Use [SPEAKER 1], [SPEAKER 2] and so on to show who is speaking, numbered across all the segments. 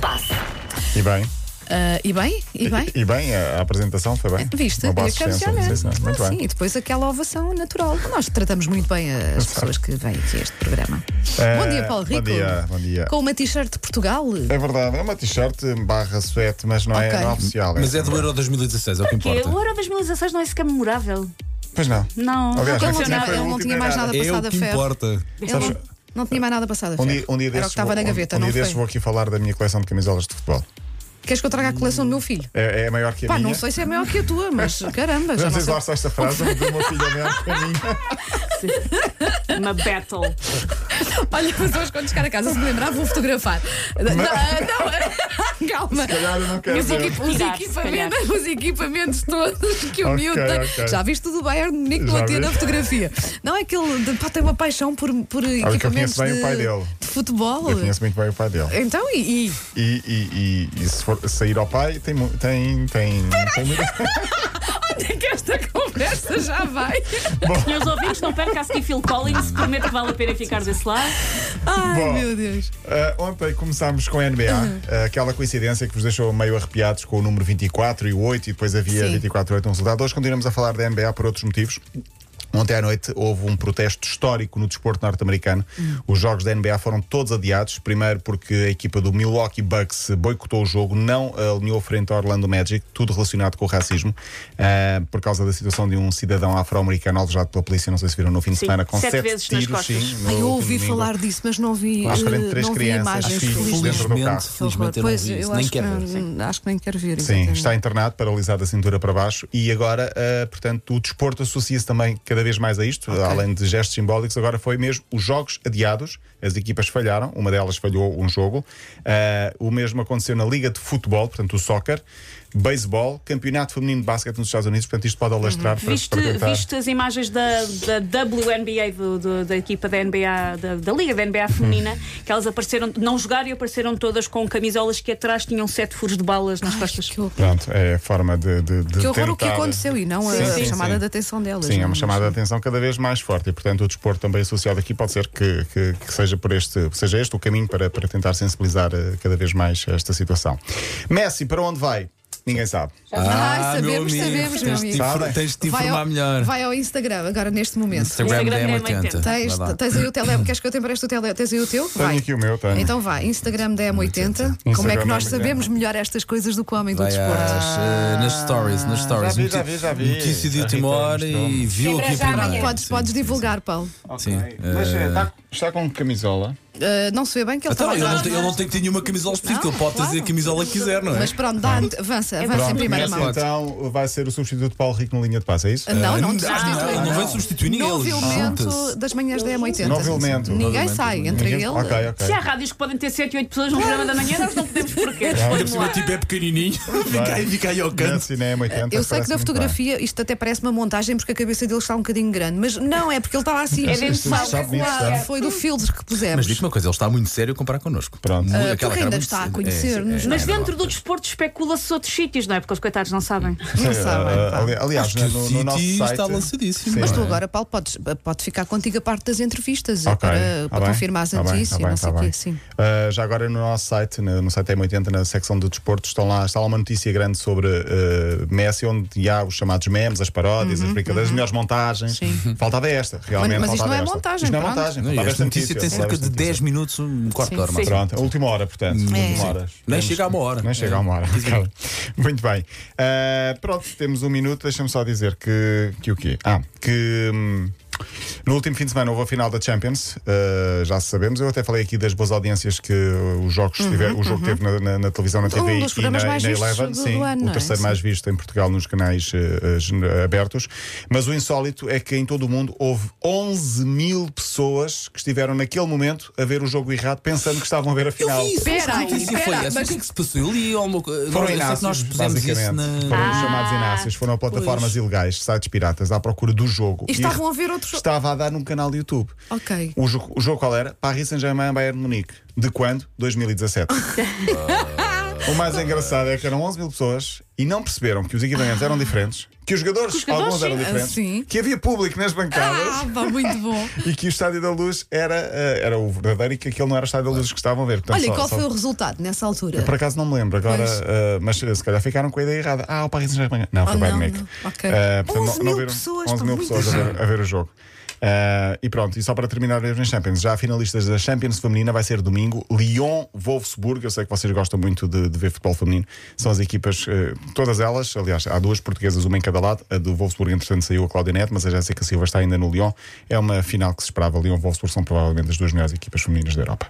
[SPEAKER 1] passa.
[SPEAKER 2] E bem.
[SPEAKER 1] Ah, e bem, e bem.
[SPEAKER 2] E, bem, a, a apresentação foi bem.
[SPEAKER 1] Viste?
[SPEAKER 2] Uma boa
[SPEAKER 1] Eu quero
[SPEAKER 2] assistência.
[SPEAKER 1] já, né?
[SPEAKER 2] Sim, senhor. é. Muito
[SPEAKER 1] Ah,
[SPEAKER 2] bem.
[SPEAKER 1] sim, e depois aquela ovação natural. Nós tratamos muito bem as pessoas que vêm aqui a este programa.
[SPEAKER 2] Eh,
[SPEAKER 1] bom dia, Paulo
[SPEAKER 2] bom
[SPEAKER 1] Rico.
[SPEAKER 2] dia, bom dia.
[SPEAKER 1] Com uma t-shirt de Portugal.
[SPEAKER 2] É verdade, é uma t-shirt barra suéte, mas não,
[SPEAKER 1] Ok.
[SPEAKER 2] é, não é oficial.
[SPEAKER 3] Mas é do Euro 2016, é o que
[SPEAKER 4] Que
[SPEAKER 3] importa.
[SPEAKER 4] o Euro 2016 não é sequer memorável.
[SPEAKER 2] Pois não.
[SPEAKER 4] Não,
[SPEAKER 2] Aliás,
[SPEAKER 4] não
[SPEAKER 2] nem
[SPEAKER 1] Ele
[SPEAKER 2] foi
[SPEAKER 4] aconteceu
[SPEAKER 1] não,
[SPEAKER 2] a
[SPEAKER 4] nada.
[SPEAKER 1] ele não
[SPEAKER 2] última
[SPEAKER 1] tinha
[SPEAKER 2] nem
[SPEAKER 1] mais
[SPEAKER 2] nada.
[SPEAKER 1] nada
[SPEAKER 3] É o
[SPEAKER 1] passado a
[SPEAKER 3] que
[SPEAKER 1] ferro.
[SPEAKER 3] importa.
[SPEAKER 1] Ele
[SPEAKER 2] Sabes-
[SPEAKER 1] não, não tinha mais nada passado a
[SPEAKER 2] Um
[SPEAKER 1] ferro.
[SPEAKER 2] dia, um dia
[SPEAKER 1] Era o que
[SPEAKER 2] desses
[SPEAKER 1] estava na
[SPEAKER 2] vou- um-
[SPEAKER 1] gaveta,
[SPEAKER 2] um,
[SPEAKER 1] não
[SPEAKER 2] dia
[SPEAKER 1] foi?
[SPEAKER 2] desses vou aqui falar da minha coleção de camisolas de futebol.
[SPEAKER 1] Queres que eu traga a coleção do meu filho?
[SPEAKER 2] É, é maior que a
[SPEAKER 1] Pá,
[SPEAKER 2] minha.
[SPEAKER 1] não sei se é maior que a tua, mas caramba,
[SPEAKER 2] Vamos
[SPEAKER 1] já não sei.
[SPEAKER 2] isolar só esta frase, onde o meu filho é maior que a minha.
[SPEAKER 4] Uma battle.
[SPEAKER 1] Olha, mas hoje quando chegar a casa, se me lembrar, vou fotografar. Não, não, calma. Se
[SPEAKER 2] calhar eu não quero
[SPEAKER 1] os,
[SPEAKER 2] ver.
[SPEAKER 1] equipa- os
[SPEAKER 4] Tirar, se
[SPEAKER 1] equipamentos, os equipamentos todos que o
[SPEAKER 2] Ok,
[SPEAKER 1] miúdo tem.
[SPEAKER 2] ok.
[SPEAKER 1] Já viste do Bayern de Munique
[SPEAKER 2] Já
[SPEAKER 1] bater
[SPEAKER 2] vi.
[SPEAKER 1] na fotografia. Não é que ele de- pá, tem uma paixão por, por
[SPEAKER 2] eu
[SPEAKER 1] equipamentos
[SPEAKER 2] conheço bem
[SPEAKER 1] de,
[SPEAKER 2] o pai dele.
[SPEAKER 1] de futebol.
[SPEAKER 2] Eu conheço muito bem o pai dele.
[SPEAKER 1] Então, e, e-
[SPEAKER 2] E, e- e- e se for sair ao pai, tem. mu- tem, tem, tem muito...
[SPEAKER 1] onde é que esta conversa já vai?
[SPEAKER 4] Meus ouvintes, não perca a seguir Phil Collins. Prometo que vale a pena ficar desse lado.
[SPEAKER 1] Ai,
[SPEAKER 2] Bom.
[SPEAKER 1] meu Deus.
[SPEAKER 2] Ah, ontem começámos com a NBA,
[SPEAKER 4] Uhum.
[SPEAKER 2] ah, aquela coincidência que vos deixou meio arrepiados com o número 24 e o 8, e depois havia
[SPEAKER 1] Sim.
[SPEAKER 2] 24 e 8 um soldado. Hoje continuamos a falar da NBA por outros motivos. Ontem à noite houve um protesto histórico no desporto norte-americano.
[SPEAKER 4] Uhum.
[SPEAKER 2] Os jogos da NBA foram todos adiados. Primeiro porque a equipa do Milwaukee Bucks boicotou o jogo, não alinhou frente ao Orlando Magic, tudo relacionado com o racismo, ah, por causa da situação de um cidadão afro-americano alvejado pela polícia, não sei se viram no fim de
[SPEAKER 4] Sim,
[SPEAKER 2] semana, com
[SPEAKER 4] sete
[SPEAKER 2] sete,
[SPEAKER 4] vezes nas
[SPEAKER 2] tiros.
[SPEAKER 4] costas.
[SPEAKER 2] sim, no
[SPEAKER 1] Ai, eu
[SPEAKER 2] último
[SPEAKER 1] ouvi
[SPEAKER 2] domingo.
[SPEAKER 1] falar disso, mas não vi,
[SPEAKER 2] À frente de
[SPEAKER 1] eh,
[SPEAKER 2] três
[SPEAKER 1] não vi
[SPEAKER 2] crianças,
[SPEAKER 1] imagens.
[SPEAKER 2] filhos
[SPEAKER 1] felizmente.
[SPEAKER 2] dentro do carro.
[SPEAKER 3] Felizmente, felizmente eu não
[SPEAKER 1] Pois,
[SPEAKER 3] vi isso.
[SPEAKER 1] eu
[SPEAKER 3] Nem
[SPEAKER 1] acho que,
[SPEAKER 3] quero ver.
[SPEAKER 1] não- acho que nem quero ver.
[SPEAKER 2] Sim,
[SPEAKER 1] exatamente.
[SPEAKER 2] está internado, paralisado da cintura para baixo e agora, ah, portanto, o desporto associa-se também cada vez mais a isto, além de gestos simbólicos, agora foi mesmo os jogos adiados, as equipas falharam, uma delas falhou um jogo. Ah, o mesmo aconteceu na Liga de Futebol, portanto, o soccer, beisebol, campeonato feminino de basquete nos Estados Unidos, portanto, isto
[SPEAKER 1] Uhum.
[SPEAKER 2] pode alastrar para, para
[SPEAKER 4] Viste,
[SPEAKER 2] tentar.
[SPEAKER 4] viste as imagens da, da WNBA, do- do- da equipa da NBA, da, da Liga da NBA feminina,
[SPEAKER 1] Hum.
[SPEAKER 4] que elas apareceram, não jogaram e apareceram todas com camisolas que atrás tinham sete furos de balas nas
[SPEAKER 1] Ai,
[SPEAKER 4] costas.
[SPEAKER 1] que horror.
[SPEAKER 2] Pronto, é a forma de, de, de
[SPEAKER 1] Que horror o que
[SPEAKER 2] tentar-
[SPEAKER 1] aconteceu e não a
[SPEAKER 2] Sim,
[SPEAKER 1] a
[SPEAKER 2] sim,
[SPEAKER 1] chamada
[SPEAKER 2] sim.
[SPEAKER 1] de atenção delas.
[SPEAKER 2] Sim, é
[SPEAKER 1] não
[SPEAKER 2] uma
[SPEAKER 1] é?
[SPEAKER 2] chamada de atenção cada vez mais forte e, portanto, o desporto também associado aqui pode ser que, que- que seja, por este, seja este o caminho para, para tentar sensibilizar eh, cada vez mais esta situação. Messi, para onde vai? Ninguém sabe.
[SPEAKER 1] Ah, sabemos,
[SPEAKER 3] meu amigo,
[SPEAKER 1] sabemos, meu
[SPEAKER 3] tens de te
[SPEAKER 1] amigo.
[SPEAKER 3] infor- Tens de te
[SPEAKER 1] Vai
[SPEAKER 3] informar
[SPEAKER 1] ao,
[SPEAKER 3] melhor.
[SPEAKER 1] vai é ao Instagram agora neste momento.
[SPEAKER 3] Instagram da
[SPEAKER 4] Instagram da
[SPEAKER 3] M80.
[SPEAKER 4] M80.
[SPEAKER 1] Tens,
[SPEAKER 3] Vai lá.
[SPEAKER 1] tens aí o tele, queres que eu te empreste o tele? Tens aí o teu?
[SPEAKER 2] Tenho
[SPEAKER 1] Vai.
[SPEAKER 2] aqui o meu, tenho.
[SPEAKER 1] Então vai, Instagram da M80. Como é que
[SPEAKER 2] Instagram
[SPEAKER 1] nós
[SPEAKER 2] da M80.
[SPEAKER 1] sabemos melhor estas coisas do que o homem do
[SPEAKER 3] Vai
[SPEAKER 1] desporto?
[SPEAKER 3] às, eh, nas stories, nas stories.
[SPEAKER 2] vi, Ah, já vi, já vi.
[SPEAKER 3] Notícia de
[SPEAKER 2] Já
[SPEAKER 3] última
[SPEAKER 2] vi,
[SPEAKER 3] hora
[SPEAKER 2] mostrou-me.
[SPEAKER 3] e viu aqui
[SPEAKER 4] já
[SPEAKER 3] primeiro.
[SPEAKER 2] é.
[SPEAKER 4] amanhã.
[SPEAKER 1] Podes,
[SPEAKER 3] Sim,
[SPEAKER 1] podes
[SPEAKER 3] sim,
[SPEAKER 1] divulgar, Paulo.
[SPEAKER 3] Sim.
[SPEAKER 2] Mas eh, está, está com camisola.
[SPEAKER 1] Uh, não se vê bem que ele
[SPEAKER 3] Então,
[SPEAKER 1] está
[SPEAKER 3] ele não, tem- ele não tem que ter nenhuma camisola específica,
[SPEAKER 1] Não,
[SPEAKER 3] ele pode
[SPEAKER 1] claro.
[SPEAKER 3] trazer a camisola que quiser, não é?
[SPEAKER 1] Mas pronto, dá, avança, avança em
[SPEAKER 2] Pronto,
[SPEAKER 1] primeira
[SPEAKER 2] Messi
[SPEAKER 1] mão.
[SPEAKER 2] então vai ser o substituto de Paulo Rico na linha de passe, é isso?
[SPEAKER 1] Não, então, não te
[SPEAKER 3] Ah,
[SPEAKER 1] substitui.
[SPEAKER 3] não, não vai substituir ninguém.
[SPEAKER 1] Novo
[SPEAKER 3] ele
[SPEAKER 1] elemento
[SPEAKER 3] junta-se.
[SPEAKER 1] das manhãs da M80.
[SPEAKER 2] Novo elemento.
[SPEAKER 1] Ninguém
[SPEAKER 3] Novo
[SPEAKER 1] sai,
[SPEAKER 3] elemento.
[SPEAKER 1] entre
[SPEAKER 2] Ninguém-
[SPEAKER 1] ele.
[SPEAKER 2] Ok, ok.
[SPEAKER 4] Se há rádios que podem ter 7, 8 pessoas no programa da manhã, nós não podemos porquê.
[SPEAKER 3] Olha,
[SPEAKER 4] Vamos
[SPEAKER 3] por
[SPEAKER 4] lá.
[SPEAKER 3] cima, tipo, é pequenininho. Fica aí, fica aí ao canto.
[SPEAKER 2] Messi na M80.
[SPEAKER 1] Eu sei que
[SPEAKER 2] parece
[SPEAKER 1] na
[SPEAKER 2] muito
[SPEAKER 1] fotografia isto até parece uma montagem porque a cabeça dele está um bocadinho grande, mas não é porque ele estava assim.
[SPEAKER 4] É dentro de mal.
[SPEAKER 2] Sabe disso,
[SPEAKER 1] Claro,
[SPEAKER 2] sabe?
[SPEAKER 1] Foi do filtro que
[SPEAKER 3] Mas
[SPEAKER 1] pusemos.
[SPEAKER 3] diz-me uma coisa, ele está muito sério a comparar connosco.
[SPEAKER 2] Pronto.
[SPEAKER 3] Muito-
[SPEAKER 2] Ah,
[SPEAKER 3] aquela
[SPEAKER 1] porque
[SPEAKER 3] cara
[SPEAKER 1] ainda
[SPEAKER 3] muito
[SPEAKER 1] está a
[SPEAKER 3] séria.
[SPEAKER 1] conhecer-nos.
[SPEAKER 3] É, é,
[SPEAKER 4] Mas
[SPEAKER 3] é
[SPEAKER 4] dentro do
[SPEAKER 3] normal.
[SPEAKER 4] desporto especula-se outros sítios, não é? Porque os coitados não sabem.
[SPEAKER 1] Não
[SPEAKER 2] bem.
[SPEAKER 1] sabem.
[SPEAKER 2] Eh,
[SPEAKER 1] pá.
[SPEAKER 2] ali- aliás,
[SPEAKER 3] Acho que
[SPEAKER 2] no,
[SPEAKER 3] o
[SPEAKER 2] no- no nosso
[SPEAKER 3] City
[SPEAKER 2] site.
[SPEAKER 3] está lançadíssimo.
[SPEAKER 2] Sim.
[SPEAKER 1] Mas tu
[SPEAKER 3] não é?
[SPEAKER 1] agora, Paulo, podes, pode ficar contigo a parte das entrevistas
[SPEAKER 2] ah.
[SPEAKER 1] é
[SPEAKER 2] Ok,
[SPEAKER 1] para,
[SPEAKER 2] tá
[SPEAKER 1] para
[SPEAKER 2] bem,
[SPEAKER 1] confirmar
[SPEAKER 2] tá
[SPEAKER 1] a
[SPEAKER 2] bem,
[SPEAKER 1] notícia,
[SPEAKER 2] tá bem,
[SPEAKER 1] não sei o
[SPEAKER 2] tá
[SPEAKER 1] quê.
[SPEAKER 2] bem.
[SPEAKER 1] Sim.
[SPEAKER 2] Uh, já agora no nosso site, no, no site M80, na secção do desporto, estão lá, está lá uma notícia grande sobre uh, Messi, onde há os chamados memes, as paródias, as brincadeiras, as melhores montagens. Faltava esta, realmente.
[SPEAKER 1] Uhum, Mas- mas isto
[SPEAKER 2] faltava
[SPEAKER 1] não é
[SPEAKER 2] esta.
[SPEAKER 1] montagem,
[SPEAKER 2] Isto não é
[SPEAKER 1] pronto.
[SPEAKER 2] montagem.
[SPEAKER 3] Não, e
[SPEAKER 2] faltava
[SPEAKER 3] Esta
[SPEAKER 2] esta
[SPEAKER 3] notícia tem
[SPEAKER 2] faltava
[SPEAKER 3] cerca de
[SPEAKER 2] esta notícia.
[SPEAKER 3] 10 minutos, um quarto de hora.
[SPEAKER 4] Sim.
[SPEAKER 3] mais ou menos.
[SPEAKER 2] Pronto, a última hora, portanto.
[SPEAKER 1] É.
[SPEAKER 2] Última hora.
[SPEAKER 3] Nem
[SPEAKER 2] Temos-
[SPEAKER 3] chega a uma hora. É.
[SPEAKER 2] Nem chega a uma hora. Claro. Muito bem. Uh, pronto, temos um minuto. Deixa-me só dizer que, que o quê? Ah, que. hum, no último fim de semana houve a final da Champions, uh, já sabemos. Eu até falei aqui das boas audiências que os jogos tiver- o jogo teve na, na- na televisão, na
[SPEAKER 1] Uhum, Um
[SPEAKER 2] TV
[SPEAKER 1] dos
[SPEAKER 2] e na,
[SPEAKER 1] programas mais
[SPEAKER 2] e na
[SPEAKER 1] vistos
[SPEAKER 2] Eleven.
[SPEAKER 1] do- do
[SPEAKER 2] Sim,
[SPEAKER 1] ano, não
[SPEAKER 2] o
[SPEAKER 1] é?
[SPEAKER 2] terceiro
[SPEAKER 1] Sim.
[SPEAKER 2] mais visto em Portugal nos canais eh, eh, gen- abertos. Mas o insólito é que em todo o mundo houve 11 mil pessoas que estiveram naquele momento a ver o jogo errado, pensando que estavam a ver a final.
[SPEAKER 1] Espera aí,
[SPEAKER 3] notícia
[SPEAKER 1] espera,
[SPEAKER 3] foi essa?
[SPEAKER 1] mas-
[SPEAKER 3] O que é que se passou? Eu li alguma coisa.
[SPEAKER 2] Foram
[SPEAKER 3] eu sei é que
[SPEAKER 2] inácios,
[SPEAKER 3] nós pusemos isso
[SPEAKER 2] basicamente.
[SPEAKER 1] Ah,
[SPEAKER 2] Foram
[SPEAKER 3] na.
[SPEAKER 2] os chamados inácios. Foram a plataformas ilegais, sites piratas, à procura do jogo.
[SPEAKER 1] E estavam a ver outro jogo.
[SPEAKER 2] Estava a dar num canal de YouTube.
[SPEAKER 1] Ok.
[SPEAKER 2] O jogo, o jogo qual era? Paris Saint-Germain, Bayern de Munique. De quando? 2017. O mais engraçado é que eram 11 mil pessoas e não perceberam que os equipamentos eram diferentes, que os jogadores,
[SPEAKER 4] os jogadores,
[SPEAKER 2] alguns eram
[SPEAKER 4] sim.
[SPEAKER 2] diferentes,
[SPEAKER 1] Sim.
[SPEAKER 2] que havia público nas bancadas.
[SPEAKER 1] Ah, pá, muito bom.
[SPEAKER 2] E que o Estádio da Luz era, eh, era o verdadeiro e que aquele não era o Estádio da Luz que estavam a ver. Portanto,
[SPEAKER 1] Olha, e
[SPEAKER 2] Então só-
[SPEAKER 1] qual
[SPEAKER 2] só- É
[SPEAKER 1] foi o resultado nessa altura?
[SPEAKER 2] Por acaso não me lembro agora,
[SPEAKER 1] Pois.
[SPEAKER 2] eh, mas eh, se calhar ficaram com a ideia errada. Ah, o Paris Saint-Germain. Não, foi
[SPEAKER 1] Oh,
[SPEAKER 2] o Bayern
[SPEAKER 1] não,
[SPEAKER 2] Munique.
[SPEAKER 1] não. Ok.
[SPEAKER 2] Eh,
[SPEAKER 5] 11 mil pessoas,
[SPEAKER 2] 11 mil
[SPEAKER 5] pá,
[SPEAKER 2] pessoas a ver, a ver o jogo. Eh, e pronto, e só para terminar mesmo em Champions, já a finalistas da Champions Feminina vai ser domingo, Lyon-Wolfsburg. Eu sei que vocês gostam muito de, de ver futebol feminino, são as equipas, eh, todas elas, aliás, há duas portuguesas, uma em cada lado. A do Wolfsburg, entretanto, saiu a Claudia Neto, mas a Jéssica Silva está ainda no Lyon. É uma final que se esperava. Lyon-Wolfsburg são provavelmente as duas melhores equipas femininas da Europa.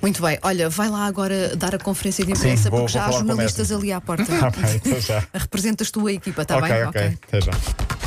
[SPEAKER 1] Muito bem, olha, vai lá agora dar a conferência de imprensa
[SPEAKER 2] Sim, vou-
[SPEAKER 1] porque já
[SPEAKER 2] vou
[SPEAKER 1] há
[SPEAKER 2] falar com o
[SPEAKER 1] jornalistas
[SPEAKER 2] mestre.
[SPEAKER 1] ali à porta.
[SPEAKER 2] Tá bem, até já.
[SPEAKER 1] Representas tu a equipa, está
[SPEAKER 2] ok,
[SPEAKER 1] bem?
[SPEAKER 2] ok, até já.